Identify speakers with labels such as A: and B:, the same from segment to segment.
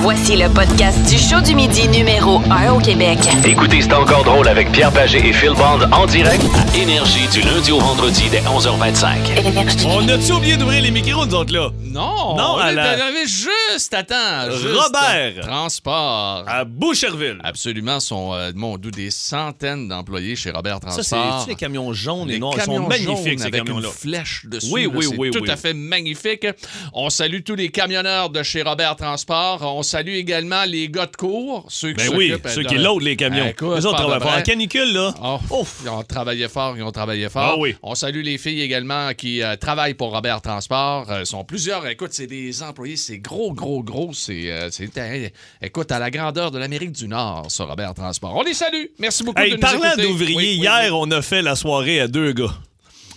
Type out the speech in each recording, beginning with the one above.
A: Voici le podcast du show du midi numéro 1 au Québec.
B: Écoutez, c'est encore drôle avec Pierre Pagé et Phil Bond en direct à Énergie du lundi au vendredi dès 11h25.
C: On a-tu oublié d'ouvrir les micros, nous autres, là?
D: Non,
C: Non,
D: on
C: à
D: est
C: la-
D: arrivé juste à temps. juste
C: Robert.
D: à- Transport.
C: À Boucherville.
D: Absolument, sont, euh, mon doux, des centaines d'employés chez Robert
C: Ça,
D: Transport.
C: c'est tu les camions jaunes et
D: Des
C: noirs. Ils
D: camions
C: sont magnifiques,
D: jaunes
C: ces
D: avec
C: camions-là.
D: une flèche dessus.
C: Oui,
D: là,
C: oui,
D: c'est
C: oui,
D: Tout
C: oui.
D: à fait magnifique. On salue tous les camionneurs de chez Robert Transport. On salue également les gars de cours, ceux qui
C: Ben oui,
D: s'occupent
C: ceux
D: de-
C: qui loadent les camions.
D: Ben, écoute,
C: les autres
D: pas
C: travaillent
D: de
C: pas en
D: vrai.
C: canicule, là.
D: Oh,
C: Ouf.
D: Ils ont travaillé fort, ils ont travaillé
C: Ah
D: fort.
C: oui.
D: On salue les filles également qui euh, travaillent pour Robert Transport. Euh, sont plusieurs. Écoute, c'est des employés, c'est gros, gros, gros. C'est, euh, c'est, euh, écoute, à la grandeur de l'Amérique du Nord, ça, Robert Transport. On les salue. Merci beaucoup de
C: Hey,
D: nous
C: parlant
D: écouter.
C: d'ouvriers,
D: Oui, oui,
C: hier,
D: oui.
C: on a fait la soirée à deux gars.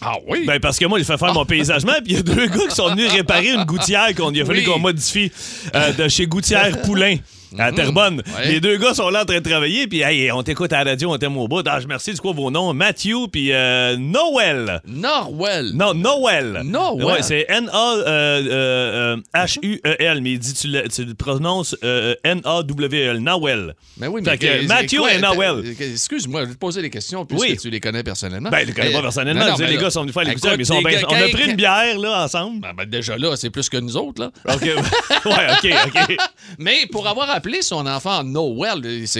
D: Ah oui?
C: Ben, parce que moi, j'ai fait
D: Ah.
C: faire mon paysagement, puis il y a deux gars qui sont venus réparer une gouttière qu'on il a fallu
D: Oui.
C: qu'on modifie euh, de chez Gouttière Poulain. À Terrebonne.
D: Mm-hmm. ouais.
C: Les deux gars sont là en train de travailler, puis hey, on t'écoute à la radio, on t'aime au bout. Ah, je merci, du quoi vos noms? Mathieu, puis euh, Noël.
D: Norwell.
C: Non, Noël.
D: Noël.
C: Ouais, c'est euh, N-A-H-U-E-L, E mais il dit, tu le, tu le prononces euh, N-A-W-L, Noël.
D: Mais Ben oui,
C: Fait
D: mais
C: que
D: qu'est-
C: Mathieu
D: quoi- euh,
C: et Noël.
D: Excuse-moi, je vais te poser des questions puisque
C: Oui.
D: tu les connais personnellement.
C: Ben, je le connais pas
D: Mais-
C: personnellement.
D: Non, non,
C: je veux dire,
D: mais
C: les
D: là-
C: gars sont venus faire les
D: Écoute,
C: gouttières, mais ils sont
D: les
C: bien-
D: gars-
C: On a pris
D: quand-
C: une bière, là, ensemble.
D: Ben, ben, déjà là, c'est plus que nous autres, là.
C: OK. ouais, OK, OK.
D: Mais pour avoir appelé son enfant Noel, c'est.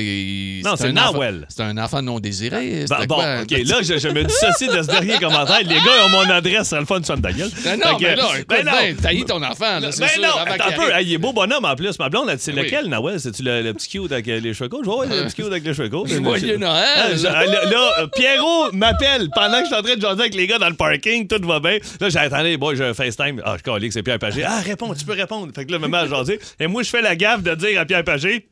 C: Non, c'est
D: un enfant-
C: Nawel.
D: C'est un enfant non désiré.
C: Bon,
D: c'était
C: bon,
D: quoi?
C: OK. Là, je, je me dissocie de ce dernier commentaire. Les gars ont mon adresse, c'est le fun, tu vas me ta gueule.
D: Ben non,
C: Fait que-
D: mais là, écoute,
C: ben non.
D: ben, t'as eu ton enfant, là, c'est
C: Ben
D: sûr,
C: non,
D: avant
C: attends
D: qu'il
C: un peu.
D: arrive.
C: Hey, il est beau bonhomme en plus. Ma blonde, elle dit, c'est
D: Oui.
C: lequel, Nawel? C'est-tu le, le petit cute avec euh, les cheveux courts? Je vois, ouais, le petit cute avec les cheveux courts.
D: Joyeux Noël.
C: Ah, je- ah, là, là, euh, Pierrot m'appelle pendant que je suis en train de jaser avec les gars dans le parking. Tout va bien. Là, j'ai attendu, boy, j'ai un FaceTime. Ah, je calais que c'est Pierre Pagé. Ah, réponds, tu peux répondre. Fait que là, maman a jasé. Et moi, je fais la gaffe de dire à Pierre Pagé.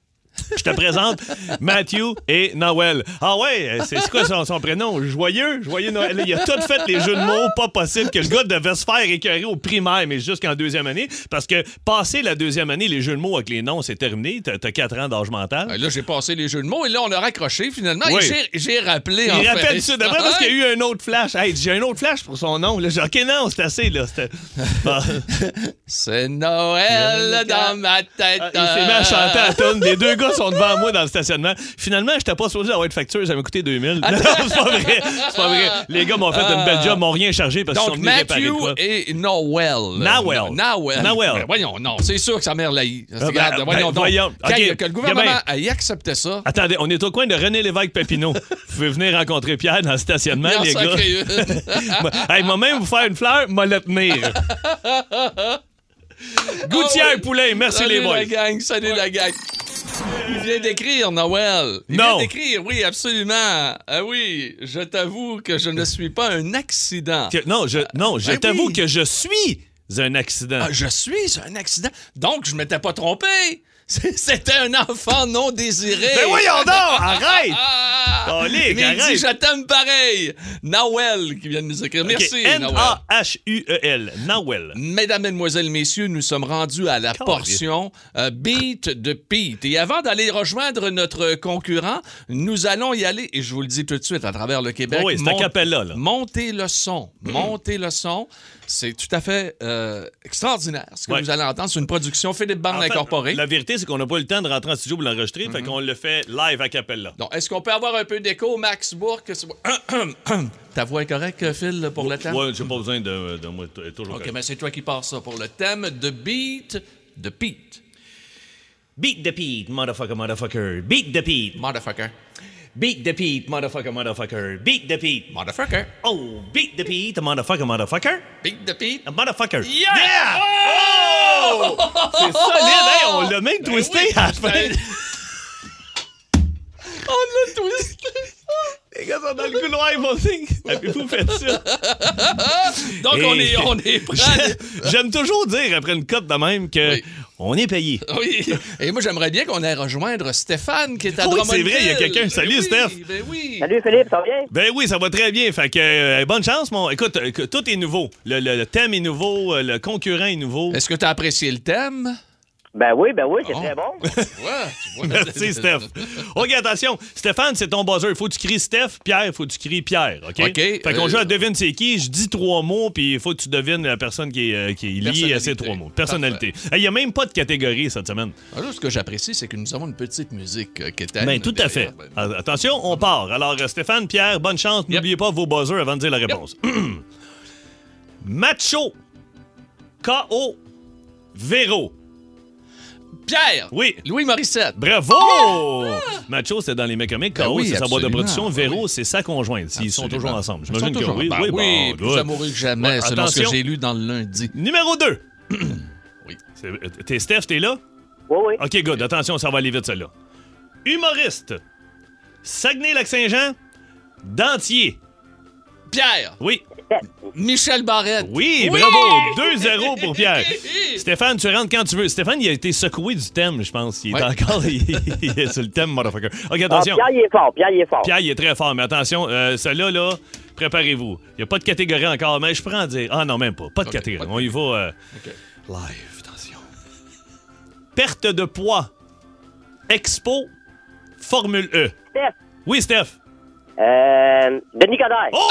C: Je te présente Matthew et Noël. Ah ouais, euh, c'est c'est quoi son, son prénom? Joyeux? Joyeux Noël. Là, Il a tout fait les jeux de mots pas possible que le gars devait se faire écœurer au primaire, mais jusqu'en deuxième année. Parce que passé la deuxième année, les jeux de mots avec les noms, c'est terminé. T'as t'as quatre ans d'âge mental.
D: Euh, Là, j'ai passé les jeux de mots et là, on a raccroché finalement.
C: Oui.
D: Et j'ai- j'ai rappelé. en
C: Il
D: fait.
C: rappelle ça d'après parce qu'il y a eu un autre flash. Hey, j'ai un autre flash pour son nom. Là, j'ai dit, OK, non, c'est assez. Là, c'était... Bon.
D: C'est Noël dans ma tête. euh.
C: Ah, il s'est mis à chanter à tonne. Les deux gars sont devant moi dans le stationnement. Finalement, j'étais pas supposé avoir de facture. Ça m'a coûté 2000. Non, non, c'est pas vrai. C'est pas vrai. Les gars m'ont fait une belle job, m'ont rien chargé parce qu'ils sont
D: Donc,
C: venus réparer de
D: Matthew
C: quoi.
D: et Noel.
C: Nawel.
D: Nawel.
C: Nawel.
D: Ben, voyons, non, c'est sûr que sa mère l'a eu.
C: ben,
D: Regarde,
C: ben,
D: voyons. donc.
C: voyons.
D: Quand
C: Ok,
D: il y a- que le gouvernement
C: gamin. Oh,
D: ait accepté ça,
C: Attendez, on est au coin de René Lévesque Papineau. vous pouvez venir rencontrer Pierre dans le stationnement,
D: il en
C: les gars.
D: sacré une.
C: Moi- hey, moi même vous faire une fleur, m'a la tenir. Gouttière
D: Ah oui.
C: Poulain, merci
D: Salut
C: les boys.
D: la gang, salut la gang. Il vient d'écrire, Noël. Il
C: Non.
D: vient d'écrire, oui, absolument. Ah oui, je t'avoue que je ne suis pas un accident.
C: Que- non, je, non, je
D: ben
C: t'avoue
D: oui.
C: que je suis un accident.
D: Ah, je suis un accident. Donc, je ne m'étais pas trompé. C'était un enfant non désiré.
C: ben voyons donc, arrête!
D: Ah!
C: Colique,
D: Mais il
C: arrête.
D: dit, je t'aime pareil. Noël qui vient de nous écrire. Merci,
C: Ok,
D: Noël.
C: N-A-H-U-E-L, Nawel.
D: Mesdames, Mesdemoiselles, Messieurs, nous sommes rendus à la
C: Caliste.
D: portion euh, Beat de Pete. Et avant d'aller rejoindre notre concurrent, nous allons y aller, et je vous le dis tout de suite, à travers le Québec.
C: Oui, c'est
D: mon-
C: un capella, là. Mm.
D: Montez le son. Montez le son. C'est tout à fait euh, extraordinaire ce que
C: Ouais.
D: vous allez entendre. C'est une production Philippe Barne
C: En fait,
D: Incorporée.
C: La vérité, c'est qu'on n'a pas eu le temps de rentrer en studio pour l'enregistrer, fait qu'on le fait live à capella.
D: Mhm. Donc, est-ce qu'on peut avoir un peu d'écho, Max Bourque? C'est- Ta voix est correcte, euh, Phil, pour le temps?
C: Ouais, j'ai pas besoin de, de moi, t- toujours.
D: OK,
C: correct.
D: mais c'est toi qui pars ça pour le thème de Beat de Pete.
C: Beat the Pete, motherfucker, motherfucker. Beat the Pete.
D: Motherfucker.
C: Beat the Pete, motherfucker, motherfucker. Beat the Pete.
D: Motherfucker.
C: Oh, beat the Pete, motherfucker, motherfucker.
D: Beat de Pete.
C: A motherfucker.
D: Yeah!
C: Oh! C'est solide, hein? On l'a même twisté
D: oui,
C: à la fin.
D: ben- On l'a twisté.
C: Les gars sont dans le couloir, ils vont dire, Avez-vous fait ça?
D: Donc,
C: Et-
D: on est, on est prêt.
C: J'ai- J'aime toujours dire après une cote de même que
D: Oui.
C: on est payé.
D: Ah Oui. Et moi, j'aimerais bien qu'on aille rejoindre Stéphane qui est à
C: Oui, c'est
D: Drummondville.
C: vrai, il y a quelqu'un.
D: Ben
C: Salut,
D: oui,
C: Steph.
D: Ben oui.
E: Salut Philippe, ça va bien?
C: Ben oui, ça va très bien. Fait que euh, bonne chance, mon. Écoute, euh, que- tout est nouveau. Le, le- le thème est nouveau, euh, le concurrent est nouveau.
D: Est-ce que tu as apprécié le thème?
E: Ben oui, ben oui, c'est
D: Oh.
E: très bon.
D: Tu vois, ben, tu vois.
C: Merci, Steph. OK, attention. Stéphane, c'est ton buzzer. Il faut que tu cries Steph. Pierre, il faut que tu cries Pierre. OK?
D: OK,
C: Fait qu'on
D: euh,
C: joue à devine c'est qui. Je dis trois mots, puis il faut que tu devines la personne qui est, euh, qui est liée à ces
D: Personnalité.
C: trois mots. Personnalité. Hey, Il n'y a même pas de catégorie cette semaine.
D: Ah, là, ce que j'apprécie, c'est que nous avons une petite musique euh, qui est à
C: Ben,
D: nous
C: tout à fait.
D: derrière. Ben,
C: A- Attention, on part. Alors, euh, Stéphane, Pierre, bonne chance.
D: Yep.
C: N'oubliez pas vos buzzers avant de dire la réponse. Macho. K.O. Véro.
D: Pierre!
C: Oui.
D: Louis Morissette.
C: Bravo! Macho, c'est dans les mécaniques.
D: Ah! Ben
C: K.O.,
D: oui,
C: c'est sa boîte de
D: absolument.
C: production. Véro,
D: Ben oui.
C: c'est sa conjointe. Ils sont toujours
D: Absolument.
C: ensemble.
D: Ils sont
C: J'imagine que
D: toujours-
C: oui.
D: ben
C: bon,
D: oui, plus
C: good.
D: amoureux que jamais,
C: Ouais,
D: selon ce que
C: attention.
D: j'ai lu dans le lundi.
C: Numéro 2.
D: Oui.
C: T'es Steph, t'es là?
E: Oui, oui.
C: OK, good. Attention, ça va aller vite, celle-là. Humoriste. Saguenay-Lac-Saint-Jean. Dentier.
D: Pierre!
C: Oui.
D: Michel Barrette.
C: Oui, bravo! 2-0 pour Pierre. Stéphane, tu rentres quand tu veux. Stéphane, il a été secoué du thème, je pense. Il est
D: Ouais.
C: encore il est sur le thème, motherfucker. OK,
E: Ah,
C: attention.
E: Pierre, il est fort. Pierre, il est fort.
C: Pierre, il est très fort, mais attention, euh, celui-là, là, préparez-vous. Il n'y a pas de catégorie encore, mais je prends à dire. Ah non, même pas. Pas de
D: Ok,
C: catégorie.
D: pas de-
C: On y va euh,
D: OK.
C: live, attention. Perte de poids. Expo. Formule E.
E: Steph.
C: Oui, Steph.
E: Euh, Denis Coderre.
C: Oh!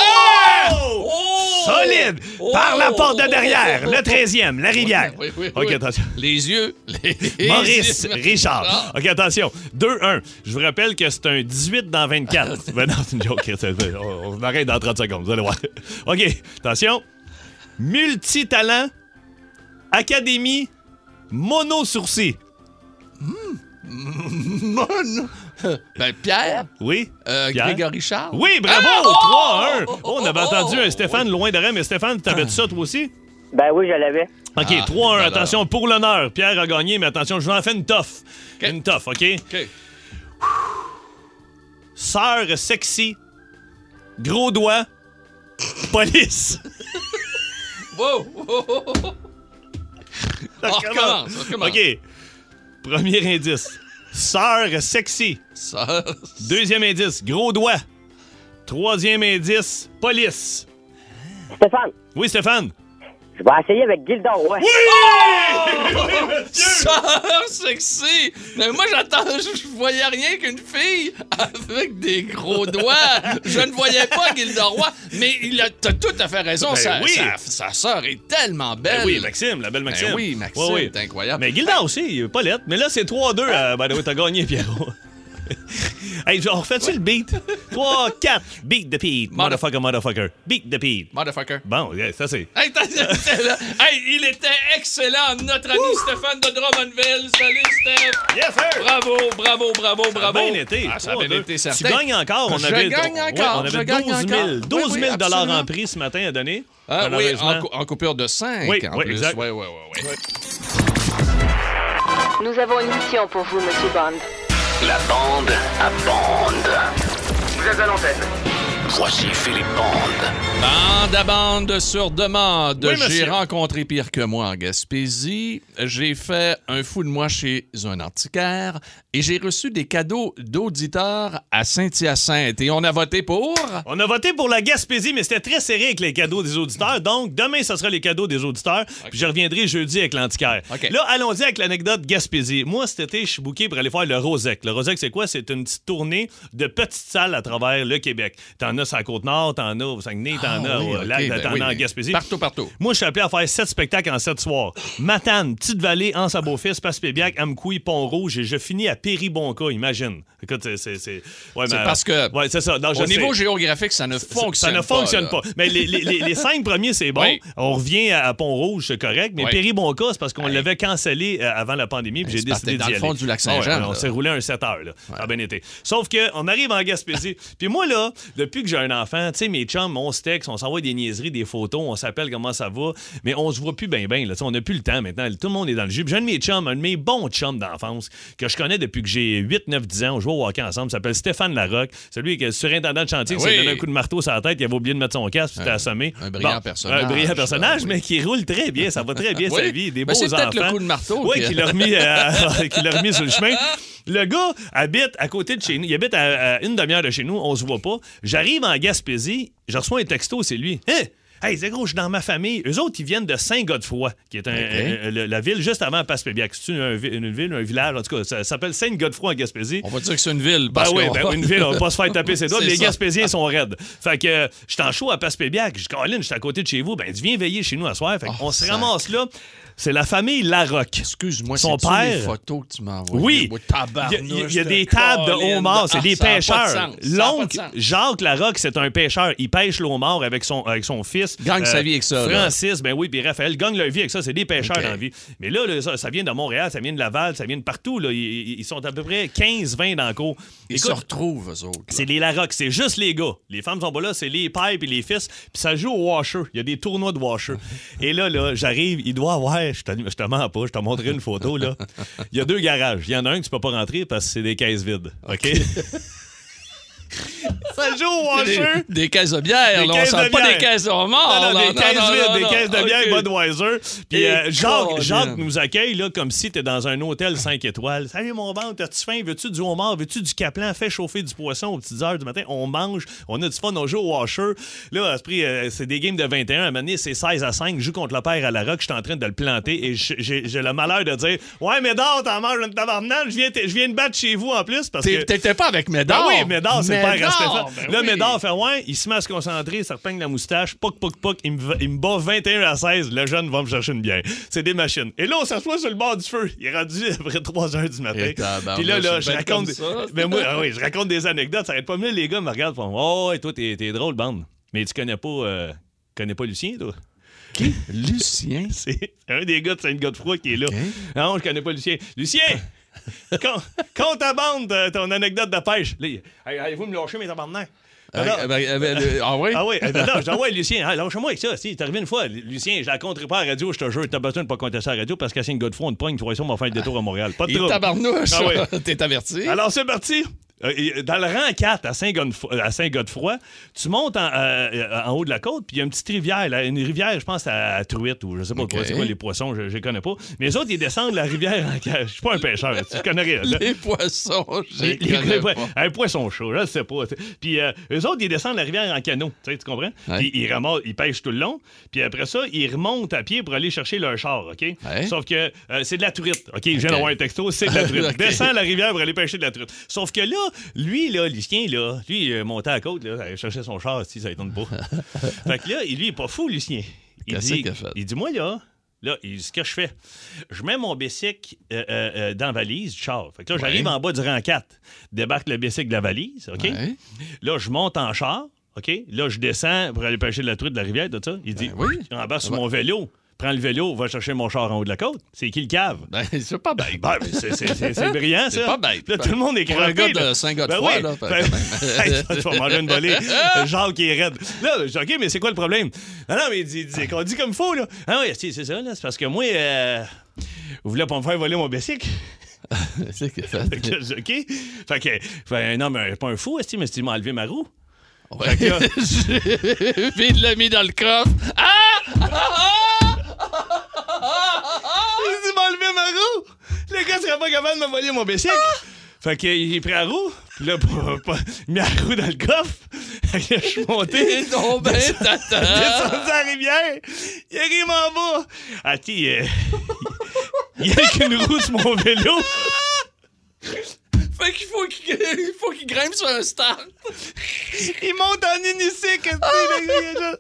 D: Oh!
C: Solide!
D: Oh!
C: Par la porte de derrière,
D: Oh!
C: le 13e, la rivière.
D: Oui, oui, oui.
C: OK, attention.
D: Les yeux. les
C: Maurice
D: yeux.
C: Richard. OK, attention. 2-1. Je vous rappelle que c'est un 18 dans 24. ben non, c'est une joke. C'est- On on arrête dans 30 secondes, vous allez voir. OK, attention. Multitalent, académie, mono-sourcil.
D: Mon. Ben, Pierre.
C: Oui?
D: Euh,
C: Pierre?
D: Grégory Charles.
C: Oui, bravo!
D: Ah!
C: 3-1.
D: Oh!
C: Oh, on avait
D: Oh!
C: entendu un Stéphane loin derrière, mais Stéphane, t'avais-tu ça toi aussi?
E: Ben oui, je l'avais.
C: OK,
D: Ah,
C: 3-1.
D: valeur.
C: Attention, pour l'honneur. Pierre a gagné, mais attention, je vous en fais une toffe.
D: OK.
C: Une toffe, OK?
D: OK.
C: Sœur sexy. Gros doigt. Police.
D: Wow! Oh, oh, oh, oh. On recommence, on recommence.
C: OK. Premier indice. Sœur sexy.
D: Ça,
C: Deuxième indice. Gros doigt. Troisième indice. Police.
E: Stéphane,
C: Oui, Stéphane.
E: je vais essayer avec Gildon, ouais.
D: ça, sexy! Mais moi, j'attends, je, je voyais rien qu'une fille avec des gros doigts. Je ne voyais pas Gilderoy, mais il a, t'as tout à fait raison.
C: Ben
D: sa,
C: oui.
D: sa, sa sœur est tellement belle.
C: Ben oui, Maxime, la belle Maxime.
D: Ben oui, Maxime,
C: Ouais, ouais.
D: c'est incroyable.
C: Mais Gilda aussi, il est pas lettre. Mais là, c'est 3-2. euh, ben oui, t'as gagné, Pierrot. hey, on refait-tu le beat? 3, 4, beat the Pete. Motherfucker, motherfucker. Beat the Pete.
D: Motherfucker.
C: Bon, yeah, ça c'est.
D: Hey, t'as- t'as- là. Hey, il était excellent, notre ami Stéphane de Drummondville. Salut, Steph!
C: Yes, sir!
D: Bravo, bravo, bravo, bravo.
C: Bien été.
D: Ah, ça a bien
C: 3-2.
D: été,
C: Tu
D: certain.
C: gagnes encore. On
D: Je
C: avait,
D: gagne
C: ouais,
D: encore,
C: on avait
D: je gagne
C: 12 000, 12
D: encore. Oui,
C: 000
D: oui, absolument.
C: en prix ce matin à donner.
D: Ah oui, en,
C: Malheureusement.
D: cou- en coupure de 5
C: Oui,
D: en
C: oui,
D: plus.
C: exact.
D: Ouais, ouais, ouais, ouais.
F: Nous avons une mission pour vous, Monsieur Bond.
B: La bande à bande.
G: Vous êtes à l'antenne.
B: Voici Philippe Bande.
D: Bande à bande sur demande.
C: Oui,
D: J'ai
C: monsieur.
D: rencontré pire que moi en Gaspésie. J'ai fait un fou de moi chez un antiquaire et j'ai reçu des cadeaux d'auditeurs à Saint-Hyacinthe. Et on a voté pour.
C: On a voté pour la Gaspésie, mais c'était très serré avec les cadeaux des auditeurs. Donc, demain, ce sera les cadeaux des auditeurs. Puis je reviendrai jeudi avec l'antiquaire.
D: OK.
C: Là, allons-y avec l'anecdote Gaspésie. Moi, cet été, je suis booké pour aller faire le Rosec. Le Rosec, c'est quoi? C'est une petite tournée de petites salles à travers le Québec. T'en as sur la Côte-Nord, t'en as au Saguenay, t'en
D: Ah
C: as
D: oui,
C: au
D: ok,
C: Lac,
D: ben
C: t'en
D: oui,
C: as en
D: mais
C: Gaspésie.
D: Partout, partout.
C: Moi, je suis appelé à faire sept spectacles en sept soirs. Matane, Petite-Vallée, anse à Beaufils, Passepébiac, Amkoui, Pont-Rouge et je finis à Péribonca, imagine. Écoute, c'est- c'est. C'est ouais,
D: C'est
C: mais-
D: parce que-
C: Ouais, c'est ça. Non, je
D: Au
C: sais.
D: niveau géographique, ça ne
C: Ça- ça
D: fonctionne
C: ne
D: pas,
C: fonctionne
D: là.
C: pas. Mais les, les- les- les cinq premiers, c'est bon.
D: Oui.
C: On revient à, à Pont-Rouge, c'est correct. Mais
D: Oui.
C: Péribonca, c'est parce qu'on
D: Hey.
C: l'avait cancellé euh, avant la pandémie. Puis
D: Hey,
C: j'ai
D: c'est parti
C: décidé d'y
D: dans le
C: aller.
D: fond du lac Saint-Jean,
C: Ah ouais, on
D: là.
C: s'est roulé un 7 heures. Là. Ça a bien été. Sauf qu'on arrive en Gaspésie. Puis moi, là, depuis que j'ai un enfant, tu sais, mes chums, on se texte, on s'envoie des niaiseries, des photos, on s'appelle comment ça va. Mais on se voit plus bien, bien. On n'a plus le temps maintenant. Tout le monde est dans le jus. Puis J'ai un de mes chums, un de mes bons chums d'enfance que je connais depuis que j'ai 8, 9, 10 ans. On joue au hockey ensemble. Il s'appelle Stéphane Larocque. Celui qui est surintendant de chantier, qui
D: Ah
C: s'est
D: oui.
C: donné un coup de marteau sur la tête, il avait oublié de mettre son casque, puis t'es assommé.
D: un brillant personnage,
C: Un brillant personnage,
D: ah oui.
C: mais qui roule très bien, ça va très bien
D: Oui.
C: sa vie, des
D: Ben,
C: beaux
D: c'est
C: enfants.
D: peut-être le coup de marteau
C: Oui,
D: qui-
C: qui l'a remis, à- qui l'a remis sur le chemin. Le gars habite à côté de chez nous. Il habite à, à une demi-heure de chez nous, on se voit pas. J'arrive en Gaspésie, je reçois un texto, c'est lui. Hein? Hey, c'est gros, je suis dans ma famille. Eux autres, ils viennent de Saint-Godefroy, qui est un- un- le- la ville juste avant Passepébiac. C'est une, un vi- une ville, un village, en tout cas, ça s'appelle Saint-Godefroy en Gaspésie.
D: On va dire que c'est une ville.
C: Ben
D: parce
C: oui,
D: qu'on-
C: ben une ville, on va pas se faire taper ses doigts.
D: C'est
C: Les
D: ça.
C: Gaspésiens sont raides. Fait que euh, j'étais en show à Passepébiac. Je dis, Colin, je suis à côté de chez vous. Ben, tu viens veiller chez nous à soir. Fait
D: Oh,
C: qu'on se
D: sac.
C: ramasse là. C'est la famille Larocque.
D: Excuse-moi,
C: Son
D: c'est les
C: père-
D: photos que tu m'as envoyées.
C: Oui.
D: Oh,
C: Il y a-
D: tabarnouche,
C: il y a, il y a
D: de
C: des tables de
D: colline.
C: homards, c'est
D: Ah,
C: des
D: ça a pas de
C: pêcheurs.
D: sens, ça a pas de
C: L'oncle
D: sens.
C: Jacques Larocque, c'est un pêcheur. Il pêche l'homard avec son, avec son fils. euh,
D: Gagne sa vie avec ça, là.
C: Francis, ben oui, puis Raphaël gagne leur vie avec ça. C'est des pêcheurs
D: Ok.
C: dans la vie. Mais là, là, ça, ça vient de Montréal, ça vient de Laval, ça vient de partout. là. Ils, ils- ils sont à peu près 15-20 dans le cours.
D: Ils
C: Écoute,
D: se retrouvent, eux autres. là.
C: c'est les Larocques, c'est juste les gars. Les femmes sont pas là, c'est les pipes et les fils. Puis ça joue au washer. Il y a des tournois de washer. Et là, là, j'arrive, il doit avoir, je te, je te mens pas, je te montrerai une photo, là. Il y a deux garages. Il y en a un que tu peux pas rentrer parce que c'est des caisses vides. OK? ça joue au washer.
D: Des, des caisses de bière,
C: hein? Des
D: là,
C: caisses
D: on
C: de
D: sent pas
C: bière.
D: des caisses de remords.
C: Non, non,
D: là,
C: des caisses
D: non,
C: vides,
D: non,
C: des
D: non,
C: caisses de bière
D: ok.
C: Budweiser. Puis
D: Et
C: euh, Jacques,
D: Colin.
C: Jacques nous accueille là, comme si t'es dans un hôtel 5 étoiles. Salut mon ventre, as-tu faim? Veux-tu du homard? Veux-tu du caplan? Fais chauffer du poisson aux petites heures du matin. On mange, on a du fun, on joue au washer. Là, à ce prix, euh, c'est des games de 21. À un moment donné, c'est 16 à 5. Je joue contre le père à la rock. Je suis en train de le planter et je- j'ai j'ai le malheur de dire Ouais, mais d'or, t'en manges une tabarnane. Je viens, te- je viens de battre chez vous en plus. parce que
D: T'es- T'étais pas avec
C: ben
D: Médard.
C: oui, Médard, c'est le père à Stéphane.
D: ben
C: là,
D: oui.
C: Médard fait ouais, il se met à se concentrer, ça repeigne la moustache, poc, poc, poc, il me, va- il me bat 21 à 16, le jeune va me chercher une bière. C'est des machines. Et là, on s'assoit sur le bord du feu. Il est rendu après 3 heures du matin.
D: Et tabarnak,
C: Puis là, là,
D: c'est
C: je
D: bien
C: raconte.
D: comme ça.
C: Mais moi, ah oui, je raconte des anecdotes, ça arrête pas mieux. Les gars me regardent, font Oh, ouais, toi, t'es t'es drôle, bande. Mais tu connais pas, euh, connais pas Lucien, toi?
D: Lucien.
C: C'est un des gars de Sainte-Godefroy qui est là. Ah
D: Ok.
C: Non, je connais pas Lucien. Lucien! Quand, quand t'abandes euh, ton anecdote de pêche, là, il- Hey, allez-vous me lâcher mes tabarnak?
D: Ah,
C: Non,
D: ben, ben, ben, le- ah oui?
C: ah oui, eh ben non, je dis, ah ouais, Lucien, ah, lâche-moi avec ça. Si, t'es arrivé une fois, Lucien, je la compterai pas à la radio, je te jure, t'as besoin de pas compter ça à la radio parce qu'à Sainte-Godefroy, on te pogne, tu vois ça, on va faire un détour à Montréal. Pas de
D: Il
C: trouble.
D: tabarnouche.
C: Ah oui.
D: T'es averti.
C: Alors, c'est parti. Euh, et, euh, Dans le rang 4 à Saint-Gonf- à Saint-Godefroy, tu montes en, euh, euh, en haut de la côte, puis il y a une petite rivière, là, une rivière, je pense, à, à Truite, ou je sais pas quoi,
D: Ok.
C: c'est quoi les poissons, je ne connais pas. Mais les autres, ils descendent la rivière en cage. Je suis pas un pêcheur, tu connais rien. là.
D: les poissons, je
C: Les-
D: les
C: les-
D: connais
C: les-
D: pas.
C: Un poisson chaud, je sais pas. tu sais. Puis euh, eux autres, ils descendent la rivière en canot, tu sais, tu comprends?
D: Ouais.
C: Puis ils, ramassent, ils pêchent tout le long. Puis après ça, ils remontent à pied pour aller chercher leur char, OK?
D: Ouais.
C: Sauf que euh, c'est de la truite, OK? Je viens
D: OK.
C: d'avoir un texto, c'est de la truite.
D: OK.
C: Descends la rivière pour aller pêcher de la truite. Sauf que là, lui, là, Lucien, là, lui, il montait à la côte, là, il cherchait son char, si ça étonne pas. fait que là, il- lui, il est pas fou, Lucien. Il
D: Qu'est-ce
C: dit,
D: qu'il a fait?
C: il dit, moi, là, là, il dit, ce que je fais, je mets mon bicycle euh, euh, euh, dans la valise du char. Fait que là, j'arrive
D: Ouais.
C: en bas du rang 4, débarque le bicycle de la valise, OK?
D: Ouais.
C: Là, je monte en char, OK? Là, je descends pour aller pêcher de la truite de la rivière, tout ça. Il dit,
D: Ben oui.
C: en bas sur
D: Ah ben-
C: mon vélo, prends le vélo, va chercher mon char en haut de la côte. C'est qui le cave?
D: Ben, c'est pas bête.
C: Ben, ben, c'est- c'est c'est- c'est brillant, ça.
D: C'est pas bête.
C: Puis Là, tout le monde est
D: Pour un
C: crampé.
D: gars de
C: là.
D: Saint-Godefroy,
C: Ben
D: là,
C: oui.
D: fait-
C: Ben- Hey, ça, tu vas manger une volée. Jacques qui est raide. Là, je dis, OK, mais c'est quoi le problème? Ah non, mais il dit, il dit qu'on dit comme faux, là. Ah oui, c'est c'est ça, là. C'est parce que moi, euh, vous voulez pas me faire voler mon bicycle?
D: C'est que ça.
C: Fait que je dis, OK. Fait que, fait, non, mais pas un fou, est-ce que, mais si tu m'as enlevé ma roue? Fait
D: Ouais.
C: que là-
D: Puis il l'a mis dans le coffre. Ah!
C: Il dit, m'enlever ma roue. Le gars serait pas capable de me voler mon bicycle. Ah! Fait qu'il prend la roue, puis là, pour- pour- il met la roue dans le coffre. Fait que je suis monté.
D: Et donc, ben, tata.
C: descendu à la rivière. Il arrive en bas. Ah, tu sais, euh, il y a qu'une roue sur mon vélo.
D: Fait qu'il faut qu'il il faut qu'il grimpe sur un start.
C: Il monte en unicycle. tu sais, le gars, il est là.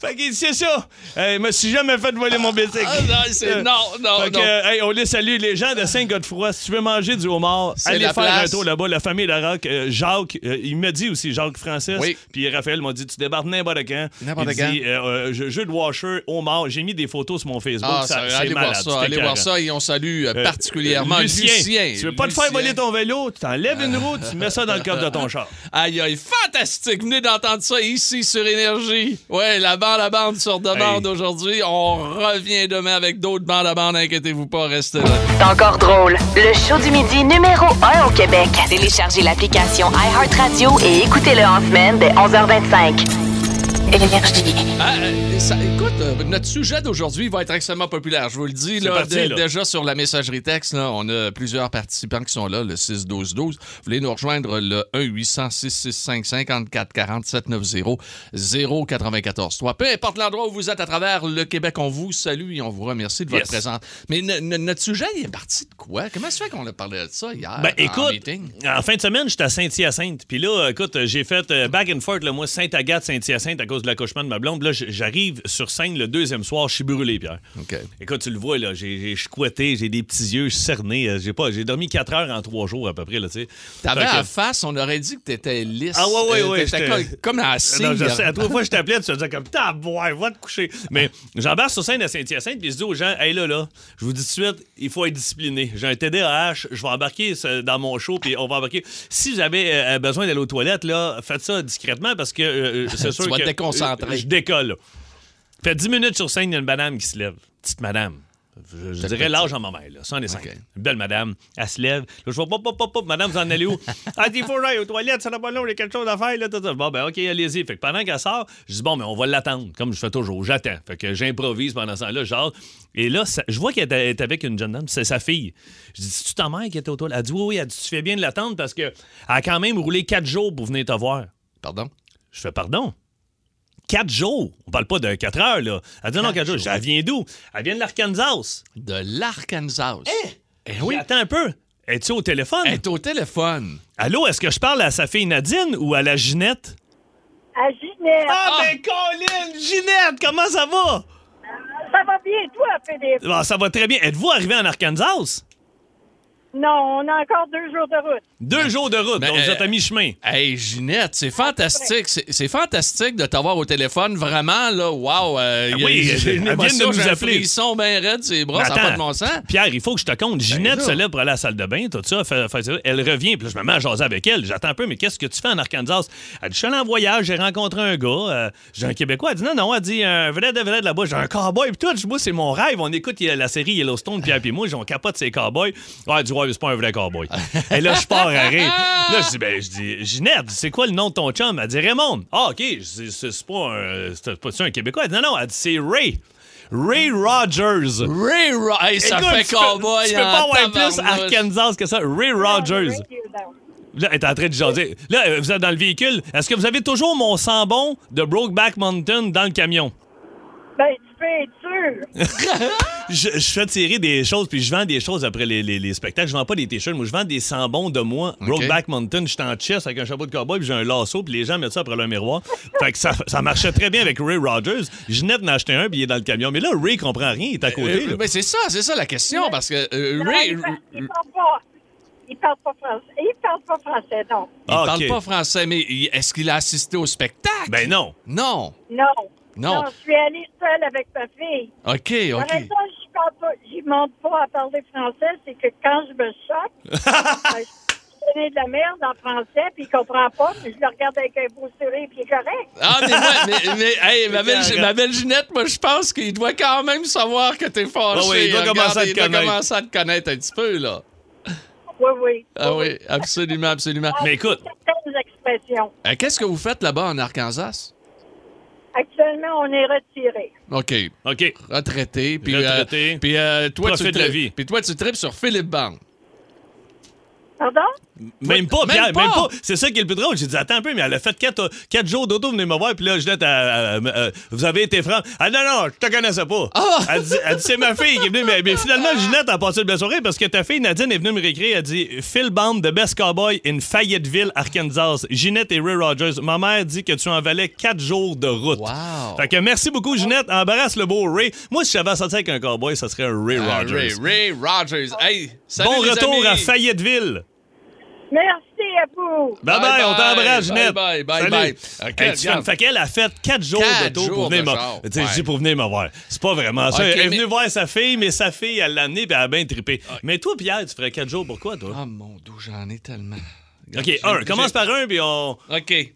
C: Fait qu'il dit, c'est ça. Euh, il me suis jamais fait voler mon bicycle.
D: Ah, non, c'est- non, non,
C: Fait que,
D: Ah, non.
C: euh, hey, on les salue, les gens de Saint-Godefroy. Si tu veux manger du homard,
D: C'est
C: allez
D: la
C: faire
D: place.
C: un tour là-bas. La famille Larocque, euh, Jacques, euh, il me dit aussi, Jacques Francis.
D: Oui.
C: Puis Raphaël m'a dit, tu débarques n'importe quand.
D: N'importe
C: Il
D: quand.
C: dit, euh, euh, je- jeu de washer, homard. J'ai mis des photos sur mon Facebook.
D: Ah,
C: ça,
D: ça,
C: c'est
D: allez
C: malade.
D: voir
C: C'est
D: ça, allez voir
C: écœurant.
D: ça. Et on salue euh,
C: Euh,
D: particulièrement
C: euh,
D: Lucien.
C: Tu veux pas te faire
D: Lucien.
C: voler ton vélo, tu t'enlèves une roue, tu mets ça dans le coffre de ton char.
D: Aïe, aïe, fantastique. Venez d'entendre ça ici sur Énergie. Ouais, la bande à bande sur demande
C: Hey.
D: aujourd'hui. On revient demain avec d'autres bandes à bande. Inquiétez-vous pas, restez là.
F: C'est encore drôle. Le show du midi numéro 1 au Québec. Téléchargez l'application iHeartRadio et écoutez-le en semaine dès 11h25. Énergie.
D: Ah, euh, ça- écoute, euh, notre sujet d'aujourd'hui va être extrêmement populaire. Je vous le dis, là,
C: parti,
D: dé-
C: là.
D: déjà sur la messagerie texte, là, on a plusieurs participants qui sont là, le 6-12-12. Vous voulez nous rejoindre le 1-800-665-5440-790-094. Toi, peu importe l'endroit où vous êtes à travers le Québec, on vous salue et on vous remercie de votre
C: Yes.
D: présence. Mais ne- ne- notre sujet, il est parti de quoi? Comment ça fait qu'on a parlé de ça hier
C: Ben,
D: en
C: écoute,
D: meeting?
C: en fin de semaine, j'étais à Saint-Hyacinthe. Puis là, écoute, j'ai fait euh, back and forth, là, moi, Sainte-Agathe, Saint-Hyacinthe, à cause de l'accouchement de ma blonde. Là, j- j'arrive sur scène le deuxième soir, je suis brûlé, Pierre.
D: OK.
C: Écoute, tu le vois, là, j'ai j'ai squatté, j'ai des petits yeux, je suis cerné. euh, J'ai pas, j'ai dormi 4 heures en 3 jours, à peu près, là, tu sais.
D: T'avais
C: Fait que-
D: à face, on aurait dit que t'étais lisse.
C: Ah ouais, ouais,
D: Euh,
C: ouais,
D: t'étais
C: j'étais-
D: co- comme
C: Non,
D: à
C: je
D: cire.
C: sais, à trois fois, je t'appelais, tu te disais comme, tabouin, va te coucher. Mais j'embarque sur scène à Saint-Hyacinthe, puis je dis aux gens, hey là, là, je vous dis tout de suite, il faut être discipliné. J'ai un TDAH, je vais embarquer ce- dans mon show, puis on va embarquer. Si j'avais euh, besoin d'aller aux toilettes, là, faites ça discrètement parce que euh, c'est sûr
D: vas
C: que.
D: te déconcentrer.
C: euh, je décolle. là. Fait 10 minutes sur scène, il y a une madame qui se lève. Petite madame. Je, je dirais l'âge à ma mère, là, 105.
D: Ok.
C: Une belle madame, elle se lève. Là, je vois, pop, pop, pop, pop, madame, vous en allez où? Elle dit, faut que j'aille aux toilettes, ça n'a pas long, j'ai quelque chose à faire. Là, tout ça. Bon, ben, OK, allez-y. Fait que pendant qu'elle sort, je dis, bon, mais on va l'attendre, comme je fais toujours. J'attends. Fait que j'improvise pendant ce temps-là, genre. Et là, ça- je vois qu'elle était- était avec une jeune dame, c'est sa fille. Je dis, c'est-tu ta mère qui était aux toilettes? Elle dit, oui, oui, elle dit, tu fais bien de l'attendre parce qu'elle a quand même roulé quatre jours pour venir te voir.
D: Pardon?
C: Je fais pardon. Quatre jours. On parle pas de quatre heures, là. Elle dit non, quatre jours. Je dis, Elle vient d'où? Elle vient de l'Arkansas.
D: De l'Arkansas.
C: Hein?
D: Eh
C: Oui. Eh,
D: oui.
C: Attends un peu. Es-tu au téléphone?
D: Elle est au téléphone.
C: Allô, est-ce que je parle à sa fille Nadine ou à la Ginette?
G: À Ginette.
C: Ah, ben Colin! Ginette, comment ça va?
G: Ça va bien, toi, Philippe?
C: Bon, ça va très bien. Êtes-vous arrivé en Arkansas?
G: Non, on a encore deux jours de route.
C: Deux jours de route,
D: ben,
C: donc vous
D: euh,
C: êtes à mi-chemin.
D: Hey Ginette,
C: Ah,
D: c'est fantastique, c'est c'est fantastique de t'avoir au téléphone, vraiment là, wow, euh, il y a-
C: Ben oui,
D: il y a
C: elle vient de nous
D: j'ai un
C: appeler.
D: frisson bien raide, ses bras, ça n'a
C: Attends,
D: pas de bon sens.
C: Pierre, il faut que je te compte. Ginette
D: là.
C: se lève pour aller à la salle de bain, tout ça. fait- fait ça. elle revient, puis là, je me mets à jaser avec elle. J'attends un peu, mais qu'est-ce que tu fais en Arkansas? Elle dit, je suis allée en voyage, j'ai rencontré un gars. euh, j'ai un Québécois. Elle dit, non, non, elle dit, un vrai de vrai de là-bas. J'ai un cowboy, puis tout. Je dis, Moi, c'est mon rêve. On écoute il y a la série Yellowstone, Pierre, puis moi, on capote ces cowboys. Ouais, elle dit, ouais, mais c'est pas un vrai cowboy. Et là, je pars à rire. Là, je dis, ben, je dis, Ginette, c'est quoi le nom de ton chum? Elle dit, Raymond. Ah, OK, Je dis, c'est c'est pas un, c'est pas c'est un Québécois. Elle dit, non, non, elle dit, c'est Ray. Ray Rogers.
D: Ray Ro- hey, ça
C: Écoute,
D: fait
C: tu peux-
D: cowboy
C: Tu peux pas
D: en
C: avoir plus
D: tabarnouche.
C: Arkansas que ça. Ray Rogers.
G: Thank you, donc.
C: Là, elle est en train de jaser. Là, euh, vous êtes dans le véhicule. Est-ce que vous avez toujours mon sang bon de Brokeback Mountain dans le camion?
G: Ben, tu peux être sûr.
C: Je, je fais tirer des choses, puis je vends des choses après les, les- les spectacles. Je vends pas des t-shirts, moi, je vends des sambons de moi. Brokeback Mountain, je suis en chess avec un chapeau de cowboy, puis j'ai un lasso, puis les gens mettent ça après le miroir. fait que ça, ça marchait très bien avec Ray Rogers. Ginette en a acheté un, puis il est dans le camion. Mais là, Ray comprend rien, il est à côté.
D: Euh,
C: là.
D: mais c'est ça, c'est ça la question parce que euh,
G: Non,
D: Ray
G: il, parle, il parle pas. Il parle pas français. Il parle pas français, donc.
D: il
C: Ah,
D: parle
C: ok.
D: pas français mais il- est-ce qu'il a assisté au spectacle
C: Ben non.
D: Non.
G: Non.
D: Non.
G: je suis allée seule avec ma fille.
D: OK,
G: La
D: OK.
G: raison que je parle pas, j'y monte pas à parler français, c'est que quand je me choque, ben, je connais de la merde en français, puis il comprend pas, mais je le regarde avec un beau sourire, puis il est correct.
D: Ah, mais, ouais, mais, mais, hey, ma, belle,
C: Carré.
D: ma belle Ginette, moi, je pense qu'il doit quand même savoir que t'es fâché.
C: Ah oui, il doit
D: Regarde,
C: commencer à te
D: il doit
C: connaître.
D: commencer à te connaître un petit peu, là.
G: Oui, oui.
D: Ah oui, absolument, absolument.
C: Mais écoute,
G: Certaines expressions.
D: Euh, Qu'est-ce que vous faites là-bas en Arkansas?
G: Actuellement, on est retiré.
D: OK,
C: OK.
D: retraité. Puis,
C: Retraité.
D: euh, puis, euh, toi, tu
C: Profite de la
D: tri-
C: vie.
D: Puis toi, tu tripes sur Philippe Bang.
G: Pardon?
C: Même pas,
D: Même
C: Pierre,
D: pas.
C: même pas. C'est ça qui est le plus drôle. J'ai dit, attends un peu, mais elle a fait quatre, quatre jours d'auto, venez me voir, puis là, Ginette, elle- elle- elle- elle- euh, vous avez été franc. Ah non, non, je te connaissais pas.
D: Ah!
C: Elle dit, elle dit, c'est ma fille qui est venue. Mais, mais finalement, Ginette a passé une belle soirée parce que ta fille, Nadine, est venue me réécrire. Elle dit, Phil Bond, the best cowboy in Fayetteville, Arkansas. Ginette et Ray Rogers. Ma mère dit que tu en valais quatre jours de route.
D: Wow.
C: Fait que merci beaucoup, Ginette. Embarrasse le beau Ray. Moi, si j'avais sorti avec un cowboy, ça serait un Ray
D: Ah,
C: Rogers.
D: Ray, Ray Rogers. Hey, salut
C: Bon
D: les
C: retour
D: amis.
C: à Fayetteville.
G: Merci à vous.
C: Bye bye,
D: Bye
C: on t'embrasse,
D: bye,
C: Ginette.
D: bye bye,
C: Salut. Euh,
D: bye.
C: Hey,
D: Ok,
C: tu
D: regarde.
C: fais- fait qu'elle a fait quatre jours
D: Quatre
C: de tour
D: jours
C: pour venir
D: de
C: me
D: genre,
C: Tu sais,
D: ouais.
C: Je dis pour venir me voir. C'est pas vraiment ça.
D: Ok,
C: elle est
D: mais-
C: venue voir sa fille, mais sa fille, elle l'a amenée, puis elle a bien trippé. Mais toi, Pierre, tu ferais quatre
D: Oh,
C: jours pour quoi, toi?
D: Ah, mon dieu, j'en ai tellement.
C: OK, un. Commence par un, puis on.
D: OK.